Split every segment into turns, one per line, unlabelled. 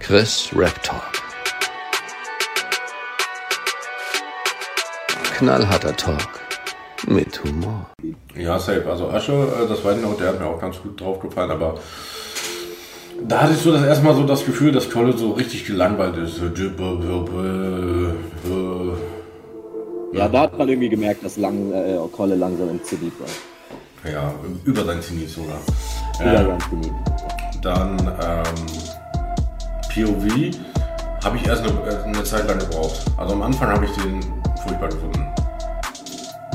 Chris Rap Talk. Knallharter Talk mit Humor.
Ja, safe. Also Asche, äh, das Weidenhaut, der hat mir auch ganz gut drauf gefallen, aber da hatte ich so das erstmal so das Gefühl, dass College so richtig gelangweilt ist. So, dü- bö- bö- bö-
Ja, da hat man irgendwie gemerkt, dass lang, äh, Kolle langsam im CD war.
bö. Ja, über sein Zenit sogar.
Ja,
Ähm,
ganz genügend.
dann ähm, POV habe ich erst eine, äh, eine Zeit lang gebraucht. Also am Anfang habe ich den furchtbar gefunden.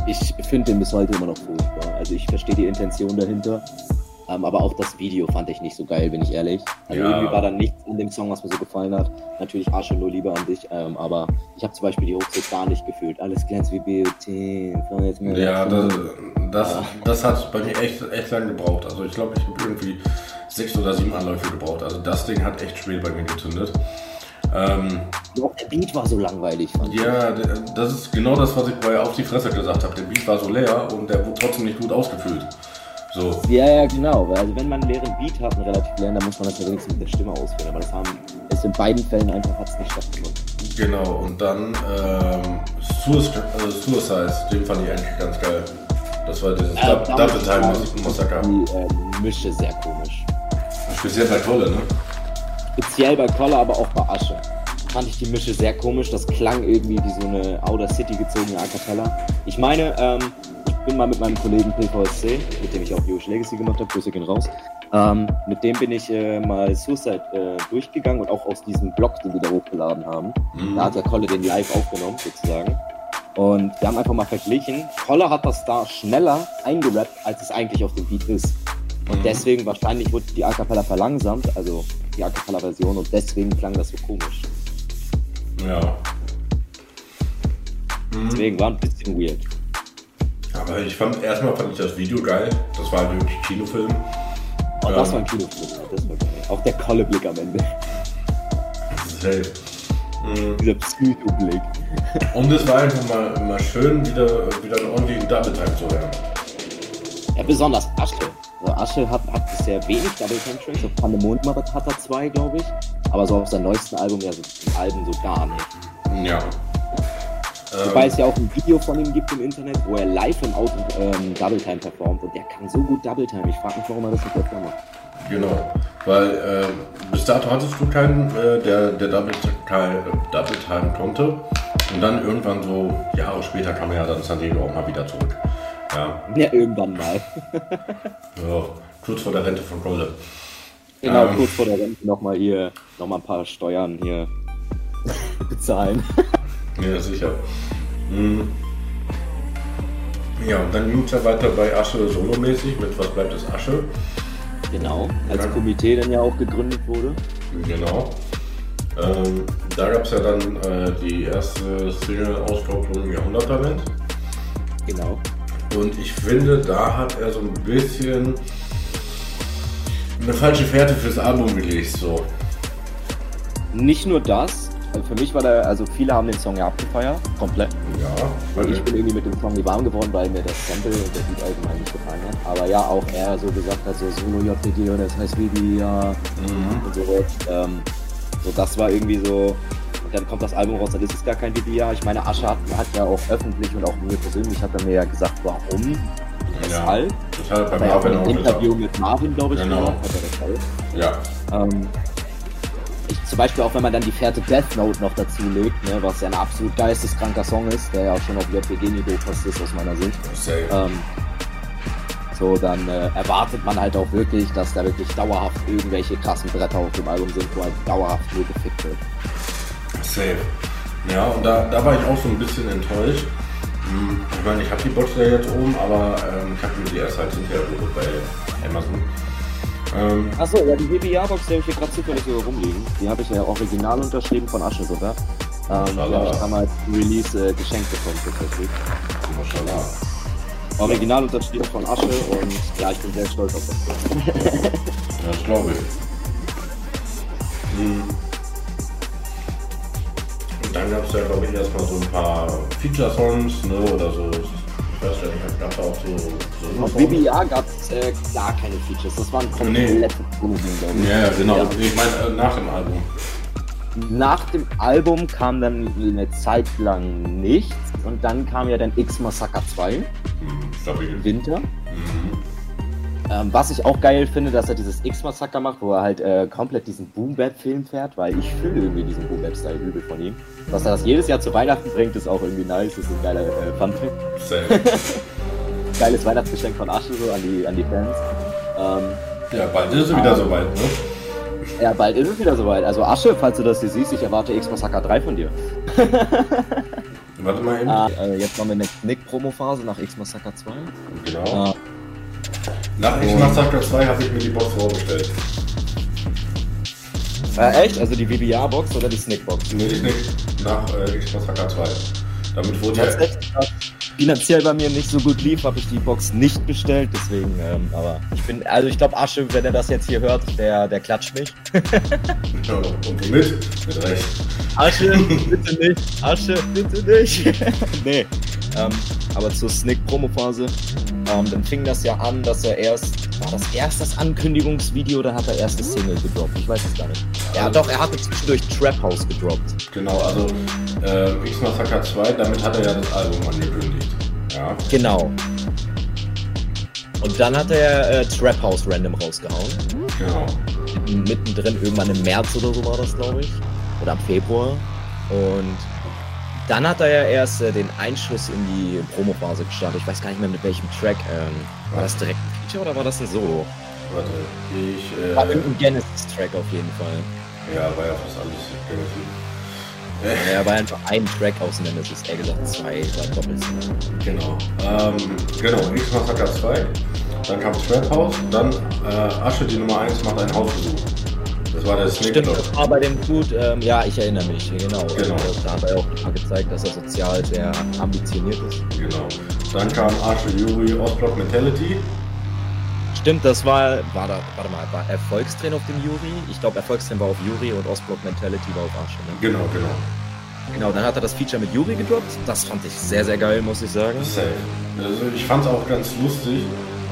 Ich finde den bis heute immer noch furchtbar. Also ich verstehe die Intention dahinter. Ähm, aber auch das Video fand ich nicht so geil, bin ich ehrlich. Also
Ja.
irgendwie war da nichts in dem Song, was mir so gefallen hat. Natürlich Asche, nur Liebe an dich. Ähm, aber ich habe zum Beispiel die Hochzeit gar nicht gefühlt. Alles glänzt wie Beauty. von jetzt mir-
Ja, das, das, das hat bei mir echt, echt lange gebraucht. Also ich glaube, ich habe irgendwie sechs oder sieben Anläufe gebraucht. Also das Ding hat echt spät bei mir gezündet. Ähm,
Und Auch der Beat war so langweilig, fand ich.
ja, d- das ist genau das, was ich bei Auf die Fresse gesagt habe. Der Beat war so leer und der wurde trotzdem nicht gut ausgefüllt. So,
Ja, ja, genau. Weil Also wenn man einen leeren Beat hat, einen relativ leeren, dann muss man das ja wenigstens mit der Stimme ausführen. Aber das haben es in beiden Fällen einfach hat's nicht stattgefunden.
genau. Und dann ähm, Suicide, also Suicide, den fand ich eigentlich ganz geil. Das war dieses
Ja,
Dub-
damals
Double-Time-Massaker.
Die äh, Mische sehr komisch.
Speziell bei Tolle, ne?
Speziell bei Koller, aber auch bei Asche. Fand ich die Mische sehr komisch. Das klang irgendwie wie so eine Outer City gezogene A Cappella. Ich meine, ähm, ich bin mal mit meinem Kollegen PVSC, mit dem ich auch Jewish Legacy gemacht habe, Grüße gehen raus. Ähm, mit dem bin ich äh, mal Suicide äh, durchgegangen und auch aus diesem Blog, den wir da hochgeladen haben.
Mhm.
Da hat ja Kolle den live aufgenommen, sozusagen. Und wir haben einfach mal verglichen. Kolle hat das da schneller eingerappt, als es eigentlich auf dem Beat ist. Und deswegen wahrscheinlich wurde die A Cappella verlangsamt, also die A Cappella Version, und deswegen klang das so komisch.
Ja.
Deswegen war ein bisschen weird.
Aber ich fand, erstmal fand ich das Video geil. Das war halt wirklich Kinofilm.
Und
Ja.
das war ein Kinofilm, ja, das war geil. Auch der Kolle-Blick am Ende,
Safe. Mhm.
dieser Psycho-Blick.
Und es war einfach mal, mal schön, wieder, wieder einen ordentlichen Double-Time zu hören.
Ja, besonders Asche. Also Asche hat, hat bisher wenig Double Time Tracks. Auf Pandemonium hat hat er zwei, glaube ich. Aber so auf seinem neuesten Album, ja, so Alben so gar nicht.
Ja.
Wobei
Ähm,
es ja auch ein Video von ihm gibt im Internet, wo er live im Auto ähm, Double Time performt und der kann so gut Double Time. Ich frage mich, warum er das nicht öfter macht.
genau. Weil äh, bis dato hattest du keinen, äh, der, der Double-Time äh, Double konnte. Und dann irgendwann so Jahre später kam er ja dann San Diego auch mal wieder zurück. Ja.
Ja, irgendwann mal.
ja. Kurz vor der Rente von Rolle.
Genau,
Ähm.
kurz vor der Rente nochmal hier, nochmal ein paar Steuern hier bezahlen.
Ja, sicher. Mhm. Ja, und dann ging es ja weiter bei Asche solomäßig mit Was bleibt ist Asche.
Genau, als
Ja.
Komitee dann ja auch gegründet wurde.
Genau. Ähm, da gab es ja dann äh, die erste Single-Auskopplung Jahrhunderttalent.
Genau.
Und ich finde, da hat er so ein bisschen eine falsche Fährte fürs Album gelegt. So.
Nicht nur das, also für mich war der, also viele haben den Song ja abgefeiert, komplett.
Ja, Mhm.
Und
weil
ich bin irgendwie mit dem Song nie warm geworden, weil mir das Sample und der Beat allgemein nicht gefallen hat. Aber ja, auch er so gesagt hat, so Solo JPG und das heißt äh, Bibi, ja,
Mhm.
und so. Ähm, so, das war irgendwie so. Und dann kommt das Album raus, dann ist es gar kein DDR. Ich meine, Asche hat, hat ja auch öffentlich und auch mir persönlich hat er mir ja gesagt, warum, weshalb.
Das hat er
Hat er
bei
ja auch
Marvin
im
auch
Interview
gesagt.
mit Marvin, glaube ich,
Genau.
gesagt, hat er das gesagt.
Ja,
Ähm, ich, zum Beispiel auch wenn man dann die Fährte Death Note noch dazu legt, ne, was ja ein absolut geisteskranker Song ist, der ja auch schon auf JPG-Niveau fast ist aus meiner Sicht.
safe.
Ähm, so, dann äh, erwartet man halt auch wirklich, dass da wirklich dauerhaft irgendwelche krassen Bretter auf dem Album sind, wo halt dauerhaft nur gefickt wird.
Safe. Ja, und da, da war ich auch so ein bisschen enttäuscht. Hm, Ich meine, ich habe die Box ja jetzt oben, aber ähm, ich habe mir die erst halt hinterher geholt bei Amazon. Ähm,
Achso, ja, die BBA-Box, die habe ich hier gerade zufällig sogar rumliegen. Die habe ich ja original unterschrieben von Asche sogar. Ähm, die
Schala.
habe ich damals Release äh, geschenkt bekommen, tatsächlich.
Maschallah.
Original unterschrieben von Asche und ja, ich bin sehr stolz auf das.
Ja, das glaube ich. Hm. Und dann gab es ja, glaube ich, erstmal so ein paar Feature-Songs, ne, oder so. Ich weiß ja nicht, gab es auch so. so
Auf BBA gab es äh, gar keine Features. Das waren komplette
Nee.
Proben, glaube ich.
Ja, ja, genau.
Ja.
Ich meine, äh, nach dem Album.
nach dem Album kam dann eine Zeit lang nichts und dann kam ja dann X Massacre 2
Hm, stabil.
im Winter.
Mhm.
Ähm, was ich auch geil finde, dass er dieses X-Massaker macht, wo er halt äh, komplett diesen Boom-Bap-Film fährt, weil ich fühle irgendwie diesen Boom-Bap-Style übel von ihm. Dass er das jedes Jahr zu Weihnachten bringt, ist auch irgendwie nice. Das ist ein geiler äh, Fun-Fact.
Safe.
Geiles Weihnachtsgeschenk von Asche so an die, an die Fans. Ähm,
ja, bald ist es wieder soweit, ne?
ja, bald ist es wieder soweit. Also Asche, falls du das hier siehst, ich erwarte X-Massaker 3 von dir.
Warte mal eben.
Ah, äh, jetzt machen wir eine Knick-Promo-Phase nach X-Massaker 2.
Genau.
Ah, Oh.
Nach X Massacre 2 habe ich mir die Box vorbestellt.
äh, echt? Also die WBA-Box oder die Snick-Box?
Nee, ich nicht. Nach äh, X Massacre 2. Damit wurde ja.
Tatsächlich, dass finanziell bei mir nicht so gut lief, habe ich die Box nicht bestellt. Deswegen, ähm, aber ich bin, also ich glaube, Asche, wenn er das jetzt hier hört, der, der klatscht mich.
Ja, Genau. Und du mit? Mit recht.
Asche, bitte nicht. Asche, bitte nicht. nee. Ähm, aber zur Snick-Promo-Phase, ähm, dann fing das ja an, dass er erst, war das erst das Ankündigungsvideo oder hat er erst das Single gedroppt? Ich weiß es gar nicht. Ja, doch, er hatte zwischendurch Trap House gedroppt.
Genau, also äh, X Massacre 2, damit hat er ja das Album angekündigt. Ja.
Genau. Und dann hat er äh, Trap House random rausgehauen.
Genau.
mittendrin, irgendwann im März oder so war das, glaube ich. Oder im Februar. Und dann hat er ja erst äh, den Einschuss in die Promophase gestartet. Ich weiß gar nicht mehr mit welchem Track. Ähm, war das direkt ein Feature oder war das ein Solo?
Warte, ich. Äh,
War irgendein Genesis-Track auf jeden Fall.
ja, war ja fast alles.
Er war einfach ein Track aus Genesis. Er gesagt zwei, war doppelt.
Genau. Ähm, genau, X Massacre 2. Dann kam Trap House. Dann äh, Asche, die Nummer 1, macht einen Hausbesuch. Das war der Snake
Stimmt,
Dog.
das war bei dem Dude, ähm, ja, ich erinnere mich, genau.
Genau.
Da hat er auch mal gezeigt, dass er sozial sehr ambitioniert ist.
Genau. Dann kam Asche Yuri Ostblock Mentality.
Stimmt, das war, war da, warte mal, war Erfolgstrain auf dem Juri? Ich glaube, Erfolgstrain war auf Juri und Ostblock Mentality war auf Arsch. Ne?
Genau, genau.
Genau, dann hat er das Feature mit Juri gedroppt. Das fand ich sehr, sehr geil, muss ich sagen.
Safe. Also ich fand es auch ganz lustig.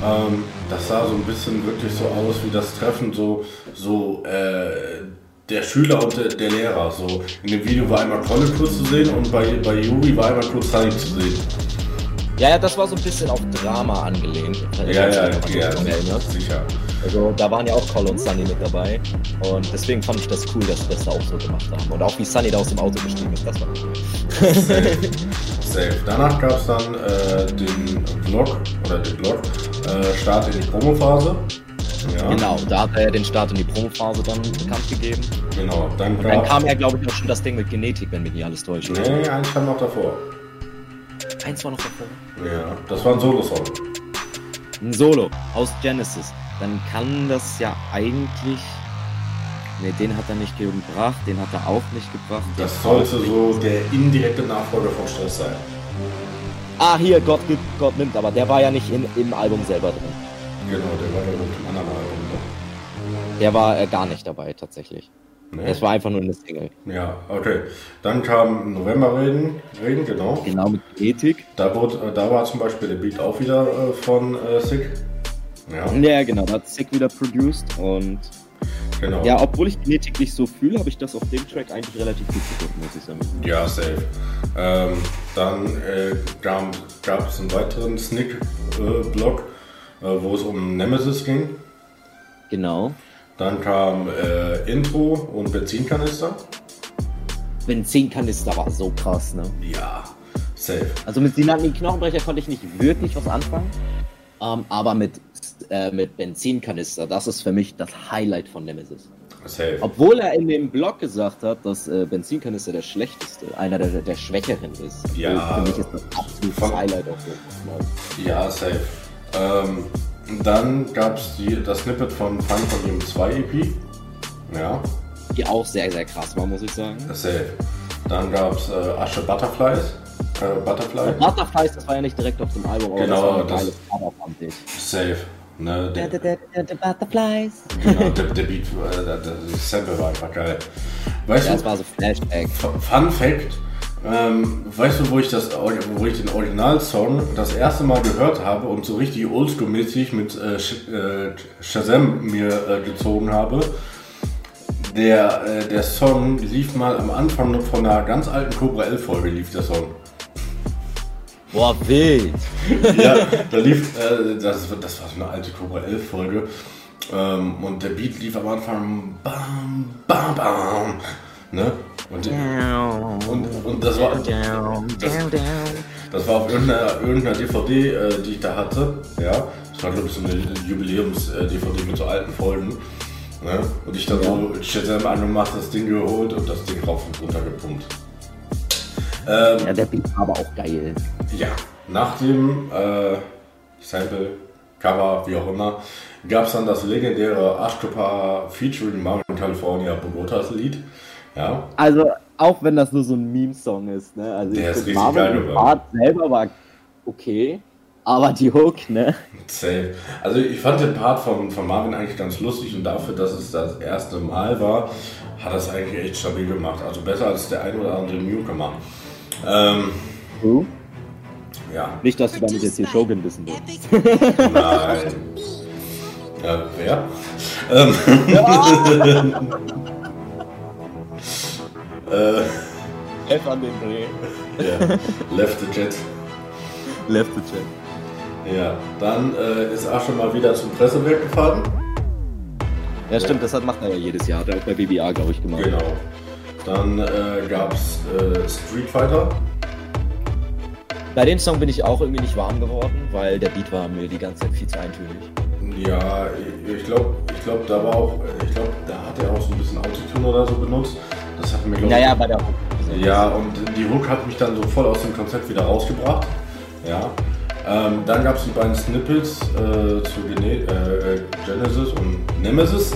Ähm, das sah so ein bisschen wirklich so aus wie das Treffen so, so äh, der Schüler und der, der Lehrer. So in dem Video war einmal Kolle kurz zu sehen und bei, bei Yuri war einmal kurz Sunny zu sehen.
Ja, ja, das war so ein bisschen auf Drama angelehnt. Ich
Ja,
hab's
ja,
mich noch
ja,
dran erinnert.
sicher.
Also da waren ja auch Cole und Sunny mit dabei. Und deswegen fand ich das cool, dass sie das da auch so gemacht haben. Und auch wie Sunny da aus dem Auto gestiegen ist, das war cool.
Safe. Safe. Danach gab es dann äh, den Vlog oder den Vlog äh, Start in die Promophase. Ja,
Genau, da hat er ja den Start in die Promophase dann bekannt gegeben.
genau. Dann,
Und dann
gab's-
kam ja, glaube ich, auch schon das Ding mit Genetik, wenn mich nicht alles täuscht. oder?
Nee, eigentlich kam noch davor.
Eins war noch davor.
Ja, das war ein Solo-Song.
ein Solo aus Genesis, dann kann das ja eigentlich. Ne, den hat er nicht gebracht, den hat er auch nicht gebracht. den
Das
auch
sollte
nicht.
so der indirekte Nachfolger von Stress sein.
Ah, hier, Gott gibt, Gott nimmt, aber der war ja nicht in, im Album selber drin.
Genau, der war ja mit dem anderen Album.
Der war äh, gar nicht dabei, tatsächlich.
Ne?
Das war einfach nur eine Single.
Ja, okay. Dann kam Novemberreden, Reden, genau.
Genau mit Ethik.
Da, wurde, äh, da war zum Beispiel der Beat auch wieder äh, von äh, Sick. Ja,
Ja, genau, da hat Sick wieder produced und.
genau.
Ja, obwohl ich Genetik nicht so fühle, habe ich das auf dem Track eigentlich relativ gut gefunden, muss ich sagen.
Ja, safe. Ähm, dann äh, gab es einen weiteren Snick-Blog, äh, wo es um Nemesis ging.
Genau.
Dann kam äh, Intro und Benzinkanister.
Benzinkanister war so krass, ne?
Ja, safe.
Also mit Sinanten Knochenbrecher konnte ich nicht wirklich was anfangen. Ähm, aber mit, äh, mit Benzinkanister, das ist für mich das Highlight von Nemesis.
Safe.
Obwohl er in dem Blog gesagt hat, dass äh, Benzinkanister der schlechteste, einer der, der schwächeren ist. Also
Ja.
Für mich ist das absolut
Voll.
das Highlight auf jeden
Ja, safe. Ähm, dann gab es das Snippet von Fun von ihrem 2 EP. Ja,
Die auch sehr, sehr krass war, muss ich sagen.
safe. Dann gab es äh, Asche Butterflies. Äh, Butterfly.
Butterflies, das war ja nicht direkt auf dem Album, aber
Genau,
das war ein
das-
geiles Cover, fand ich.
Safe. Ne, der,
Butterflies.
genau, der, der Beat, äh, der, der Sample war einfach geil. Weißt
Ja, das
du,
war so Flashback.
F- Fun Fact, ähm, weißt du, wo ich, das, Or- wo ich den Originalsong das erste Mal gehört habe und so richtig oldschool-mäßig mit äh, Sh äh, Shazam mir äh, gezogen habe? Der, äh, der Song lief mal am Anfang noch von einer ganz alten Cobra 11 Folge lief der Song.
Boah, wild.
ja, da lief, äh, das, das war so eine alte Cobra 11 Folge. Ähm, und der Beat lief am Anfang bam, bam, bam. Ne? Und, und, und das war. Das, das war auf irgendeiner, irgendeiner DVD, äh, die ich da hatte. Ja, das war, glaube ich, so eine äh, Jubiläums-DVD mit so alten Folgen. Ne? Und ich dann so, ich hätte selber angemacht, das Ding geholt und das Ding rauf und runter gepumpt. Ähm,
Ja, der Beat war aber auch geil.
ja, nach dem äh, Sample, Cover, wie auch immer, gab es dann das legendäre Ashtopa featuring Marvin California Bogotas Lied. Ja,
Also, auch wenn das nur so ein Meme-Song ist, ne? Also,
Der ist
find
richtig geil
und
geworden.
Bart selber war okay, aber die Hook, ne?
safe. Also ich fand den Part von, von Marvin eigentlich ganz lustig und dafür, dass es das erste Mal war, hat er es eigentlich echt stabil gemacht. Also besser als der ein oder andere Newcomer. Ähm, ja,
Nicht, dass du damit jetzt hier Shogun wissen willst.
nein. Ja, wer? Ähm, äh,
F an den Dreh.
Ja, Left the Jet.
Left the check.
Ja, dann äh, ist Asche mal wieder zum Pressewerk gefahren.
Ja, stimmt, das hat, macht er ja jedes Jahr. Hat er auch bei BBA, glaube ich, gemacht.
Genau. Dann äh, gab es äh, Street Fighter.
Bei dem Song bin ich auch irgendwie nicht warm geworden, weil der Beat war mir die ganze Zeit viel zu eintönig.
Ja, ich- ich glaube, ich glaub, da war auch, ich glaube, da hat er auch so ein bisschen Autotune oder so benutzt. Das hat mir, glaube
Naja, bei der Hook.
ich. Ja,
äh,
und die Hook hat mich dann so voll aus dem Konzept wieder rausgebracht. Ja. Ähm, dann gab es die beiden Snippets äh, zu Gene äh, äh, Genesis und Nemesis.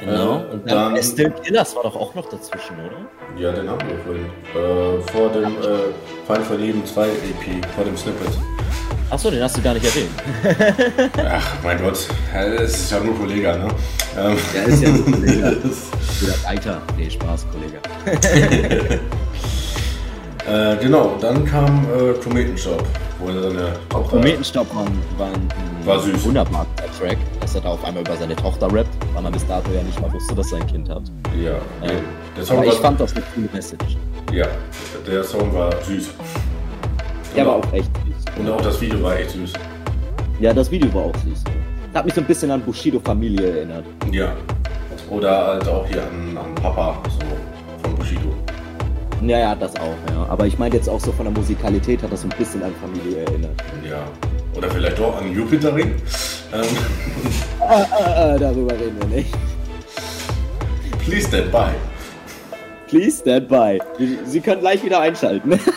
Genau.
Äh,
Und
dann-
dann Still Killers war doch auch noch dazwischen, oder?
Ja, den haben wir vorhin. Äh, vor dem äh, Feind von Leben 2 EP, vor dem Snippet.
Achso, den hast du gar nicht erwähnt.
Ach, mein Gott, es ist ja nur Kollege, ne? Ähm,
Ja, ist ja ein Kollege. Oder Alter. Nee, Spaß, Kollege.
äh, genau, dann kam äh, Kometenshop, wo er äh, seine Tochter.
Kometenstaub war, ein- war ein
War süß.
wunderbarer Track, dass er da auf einmal über seine Tochter rappt, weil man bis dato ja nicht mal wusste, dass er ein Kind hat.
Ja,
Ja.
der Song
Ah. Aber ich
war,
fand das eine coole Message.
ja, der Song war süß. Genau.
Der war auch echt süß.
Und auch das Video war echt süß.
Ja, das Video war auch süß. Hat mich so ein bisschen an Bushido-Familie erinnert.
Ja. Oder halt auch hier an, an Papa, so von Bushido.
Ja, ja, das auch, ja. Aber ich meine jetzt auch so von der Musikalität hat das so ein bisschen an Familie erinnert.
Ja. Oder vielleicht auch an Jupiterring. Ähm,
Äh, darüber reden wir nicht.
please stand by.
Please stand by. Sie können gleich wieder einschalten.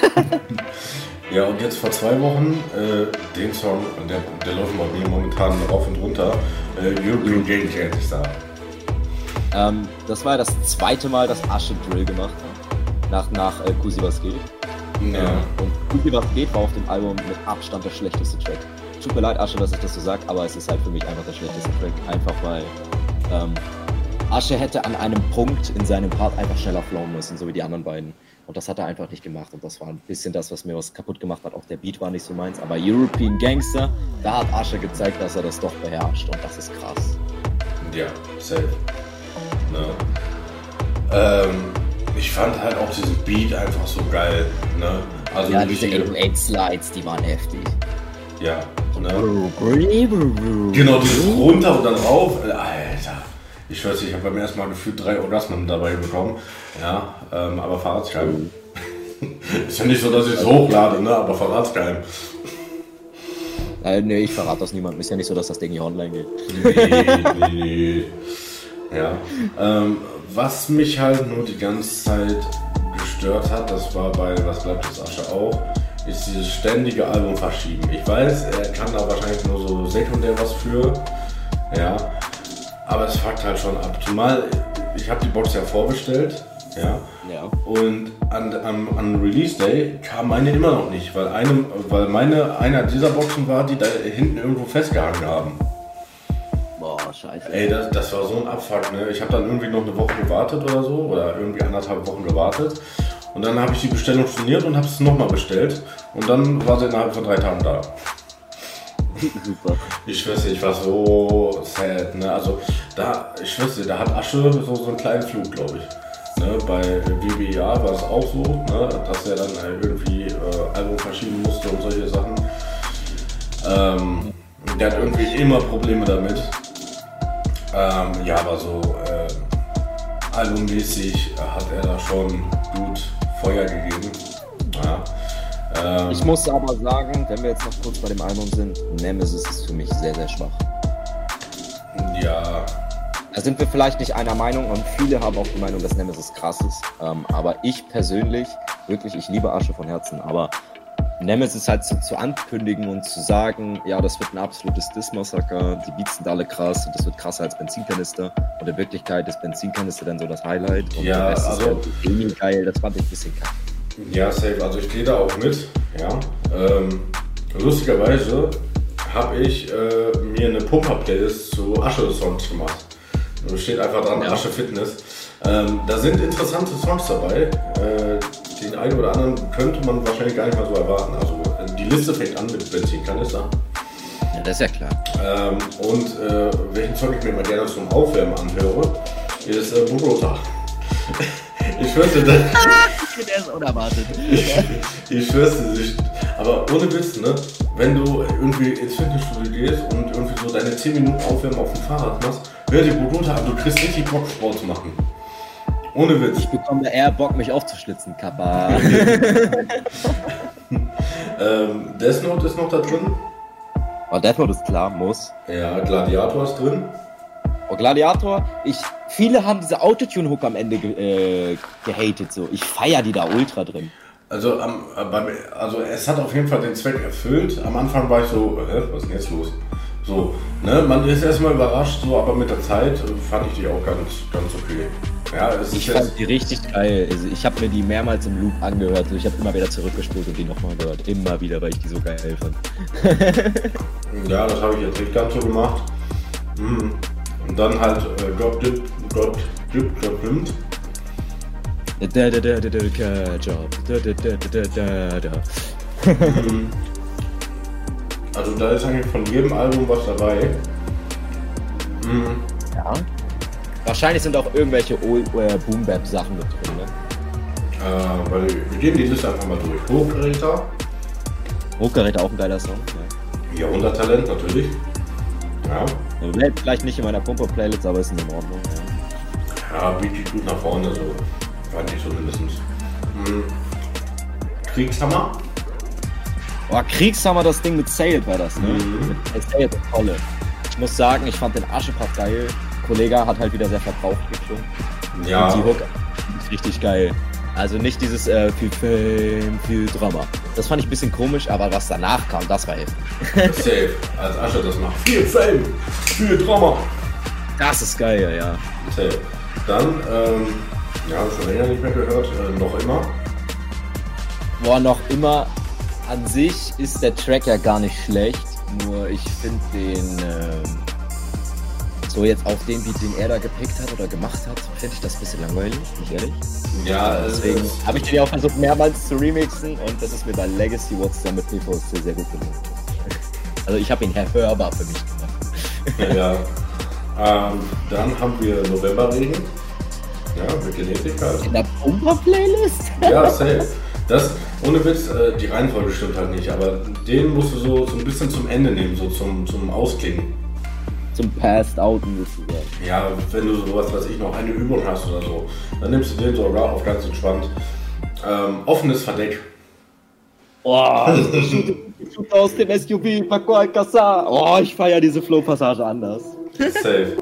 Ja, und jetzt vor zwei Wochen, äh, den Song, der, der läuft bei mir momentan rauf und runter, äh, European Game Change ich sagen.
ähm, das war ja das zweite Mal, dass Asche Drill gemacht hat. Nach, nach äh, Kusi was geht.
Ja.
Und Kusi was geht war auf dem Album mit Abstand der schlechteste Track. Tut mir leid, Asche, dass ich das so sag, aber es ist halt für mich einfach der schlechteste Track. Einfach weil ähm, Asche hätte an einem Punkt in seinem Part einfach schneller flowen müssen, so wie die anderen beiden. Und das hat er einfach nicht gemacht. Und das war ein bisschen das, was mir was kaputt gemacht hat. Auch der Beat war nicht so meins. Aber European Gangster, da hat Asche gezeigt, dass er das doch beherrscht. Und das ist krass.
Ja, safe. Ne? Ähm, ich fand halt auch diesen Beat einfach so geil. Ne? Also
Ja,
wirklich
diese
hier-
808 Slides, die waren heftig.
Ja, ne? Genau, dieses runter und dann rauf. Alter. Ich schwör's, ich habe beim ersten Mal gefühlt drei Orgasmen dabei bekommen. Ja, ähm, aber Fahrradscheiben. Ist ja nicht so, dass ich es hochlade, ne? aber Verratsgeheim.
Äh, nee, ich verrate das niemandem. Ist ja nicht so, dass das Ding hier online geht.
Nee, nee, nee. Ja. Ähm, was mich halt nur die ganze Zeit gestört hat, das war bei Was bleibt das Asche auch, ist dieses ständige Album verschieben. Ich weiß, er kann da wahrscheinlich nur so sekundär was für. Ja. Aber es fuckt halt schon ab. Zumal ich habe die Box ja vorbestellt. Ja.
Ja.
Und an, am, an Release Day kam meine immer noch nicht, weil, eine, weil meine einer dieser Boxen war, die da hinten irgendwo festgehangen haben.
Boah, scheiße.
Ey, das, das war so ein Abfuck, ne? Ich habe dann irgendwie noch eine Woche gewartet oder so, oder irgendwie anderthalb Wochen gewartet. Und dann habe ich die Bestellung storniert und habe es nochmal bestellt. Und dann war sie innerhalb von drei Tagen da.
Super.
Ich schwör's dir, ich war so sad, ne? Also da, ich schwör's dir, da hat Asche so, so einen kleinen Flug, glaube ich. Ne? Bei BBA war es auch so, ne? dass er dann halt irgendwie äh, Album verschieben musste und solche Sachen. Ähm, der hat irgendwie immer Probleme damit. Ähm, ja, aber so äh, albummäßig äh, hat er da schon gut Feuer gegeben. Ja. Ähm,
Ich muss aber sagen, wenn wir jetzt noch kurz bei dem Album sind, Nemesis ist für mich sehr, sehr schwach.
ja,
Da sind wir vielleicht nicht einer Meinung und viele haben auch die Meinung, dass Nemesis krass ist. Ähm, aber ich persönlich, wirklich, ich liebe Asche von Herzen, aber Nemesis halt so zu ankündigen und zu sagen, ja, das wird ein absolutes Diss-Massaker, die Beats sind alle krass und das wird krasser als Benzinkanister. Und in Wirklichkeit ist Benzinkanister dann so das Highlight und
Ja,
der Rest
also-
ist halt irgendwie geil, das fand ich ein bisschen kacke.
Ja, safe. Also ich gehe da auch mit. Ja. Ähm, lustigerweise habe ich äh, mir eine Pump-Up-Playlist zu Asche-Songs gemacht. Da steht einfach dran, Asche Fitness. Ähm, da sind interessante Songs dabei. Äh, den einen oder anderen könnte man wahrscheinlich gar nicht mal so erwarten. Also äh, die Liste fängt an mit Benzinkanister.
Ja, das ist ja klar.
Ähm, und äh, welchen Song ich mir mal gerne zum Aufwärmen anhöre, ist äh, Burota. ich hörte das.
Der ist unerwartet.
Ich schwör's dir, ich- aber ohne Witz, ne? Wenn du irgendwie ins Fitnessstudio gehst und irgendwie so deine 10 Minuten Aufwärmen auf dem Fahrrad machst, hör dir Bruder an, du kriegst richtig Bock, Sport zu machen. Ohne Witz.
Ich bekomme da eher Bock, mich aufzuschlitzen, Kappa.
Ähm, Death Note ist noch da drin.
Oh, Death Note ist klar, muss.
Ja, Gladiator ist drin.
Oh, Gladiator, ich, viele haben diese Autotune-Hook am Ende ge, äh, gehatet, so. Ich feier die da ultra drin.
Also, am, äh, beim, also es hat auf jeden Fall den Zweck erfüllt. Am Anfang war ich so, hä, was ist denn jetzt los? So, ne, man ist erstmal überrascht, so, aber mit der Zeit äh, fand ich die auch ganz, ganz okay. Ja, es ist
Ich
jetzt,
fand die richtig geil. Also ich habe mir die mehrmals im Loop angehört. Also ich habe immer wieder zurückgespult und die nochmal gehört. Immer wieder, weil ich die so geil fand.
Ja, das habe ich jetzt nicht ganz so gemacht. Mhm. Und dann halt äh, Drop Dip, Drop Dip, Drop Limp.
Da, da, da, da, da, da, Job. Da, da, da, da, da, da, da.
Also da ist eigentlich von jedem Album was dabei. Mhm.
Ja. Wahrscheinlich sind auch irgendwelche Old- äh, Boom-Bap-Sachen mit drin, ne?
Äh, weil wir gehen die Liste einfach mal durch. Hochgeräter,
Hochgerät auch ein geiler Song. Ja.
Jahrhunderttalent natürlich. Ja,
Bleibt Äh, Vielleicht nicht in meiner Pumper-Playlist, aber ist in Ordnung. Ja.
ja BG gut nach vorne, also, so. Fand ich zumindest. Mhm. Kriegshammer.
Oh, Kriegshammer, das Ding mit Sailed war das, ne?
Mhm.
Mit Sailed und Holle. Ich muss sagen, ich fand den Aschepart geil. Kollege hat halt wieder sehr verbraucht geklungen.
Ja,
Und die Hook ist richtig geil. Also nicht dieses äh, viel Fame, viel Drama. Das fand ich ein bisschen komisch, aber was danach kam, das war heftig.
safe. Als Asche das macht. Viel Fame, viel Drama.
Das ist geil, ja.
Safe. Dann, ähm, ja, habe ich schon länger nicht mehr gehört, äh, noch immer.
Boah, noch immer an sich ist der Track ja gar nicht schlecht. Nur ich finde den ähm, so jetzt auf den Beat, den er da gepickt hat oder gemacht hat, finde ich das ein bisschen langweilig, nicht ehrlich?
Ja,
Deswegen
deswegen.
habe ich den ja auch versucht mehrmals zu remixen und das ist mir bei Legacy What's Done mit PVC sehr gut gelungen. Also ich habe ihn hörbar für mich gemacht.
Ja. Ähm, dann haben wir Novemberregen. Ja, mit Genetik halt.
In der Pumper-Playlist?
Ja, safe. Das, ohne Witz, äh, die Reihenfolge stimmt halt nicht, aber den musst du so, so ein bisschen zum Ende nehmen, so zum, zum Ausklingen.
Zum Passed-Outen sozusagen.
Ja, wenn du sowas, weiß ich, noch eine Übung hast oder so, dann nimmst du den so rauf auf ganz entspannt. Ähm, offenes Verdeck.
Oh, shoot aus dem SUV, Paco Alcazar. Oh, ich feiere diese Flow-Passage anders.
Safe.